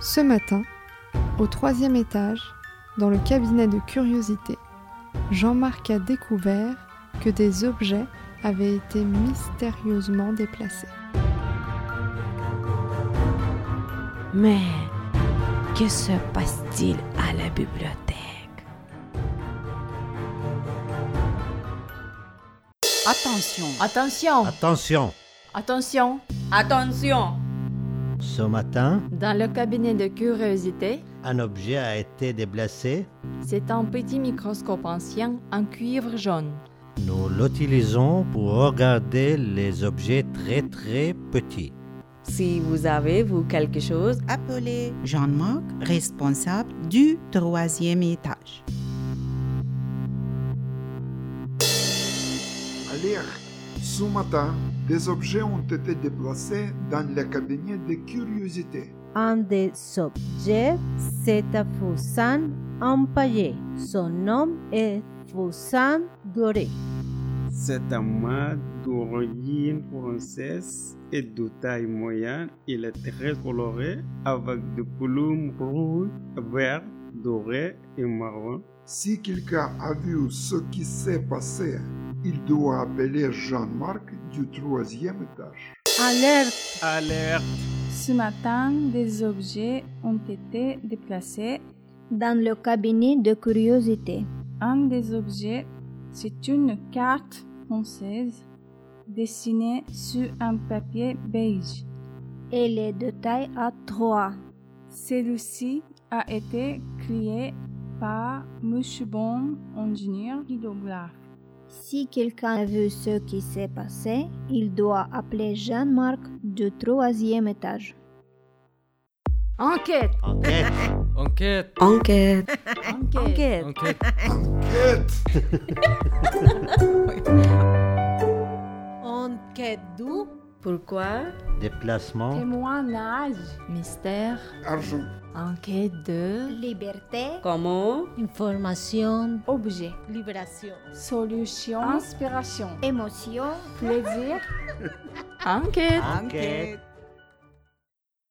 Ce matin, au troisième étage, dans le cabinet de curiosité, Jean-Marc a découvert que des objets avaient été mystérieusement déplacés. Mais que se passe-t-il à la bibliothèque Attention, Attention, Oh. Attention, attention, attention ce matin, dans le cabinet de curiosité, un objet a été déplacé. c'est un petit microscope ancien en cuivre jaune. Nous l'utilisons pour regarder les objets très très petits. Si vous avez, vous, quelque chose, Appelez Jean-Marc, responsable du troisième étage. à lire. Ce matin, des objets ont été déplacés dans le cabinet de curiosité. un des objets, c'est un Fusan empaillé. Son nom est Fusan Doré. C'est un mât d'origine française et de taille moyenne. Il est très coloré avec des plumes rouges, vertes, dorées et marron. Si quelqu'un a vu ce qui s'est passé, il doit appeler Jean-Marc du troisième étage. Alerte, Alerte Ce matin, des objets ont été déplacés. dans le cabinet de curiosité. Un des objets, c'est une carte française dessinée sur un papier beige. Elle est de taille A3. Celui-ci a été créé par M. Bon, ingénieur hydrographe. Si quelqu'un a vu ce qui s'est passé, il doit appeler Jean-Marc du troisième étage. Enquête, Enquête, Enquête, enquête, enquête. enquête. Enquête enquête d'où pourquoi déplacement, Témoignage, mystère, Argent. enquête de Liberté. Comment Information, objet, libération. Hein? solution, inspiration, Émotion. plaisir, enquête. enquête,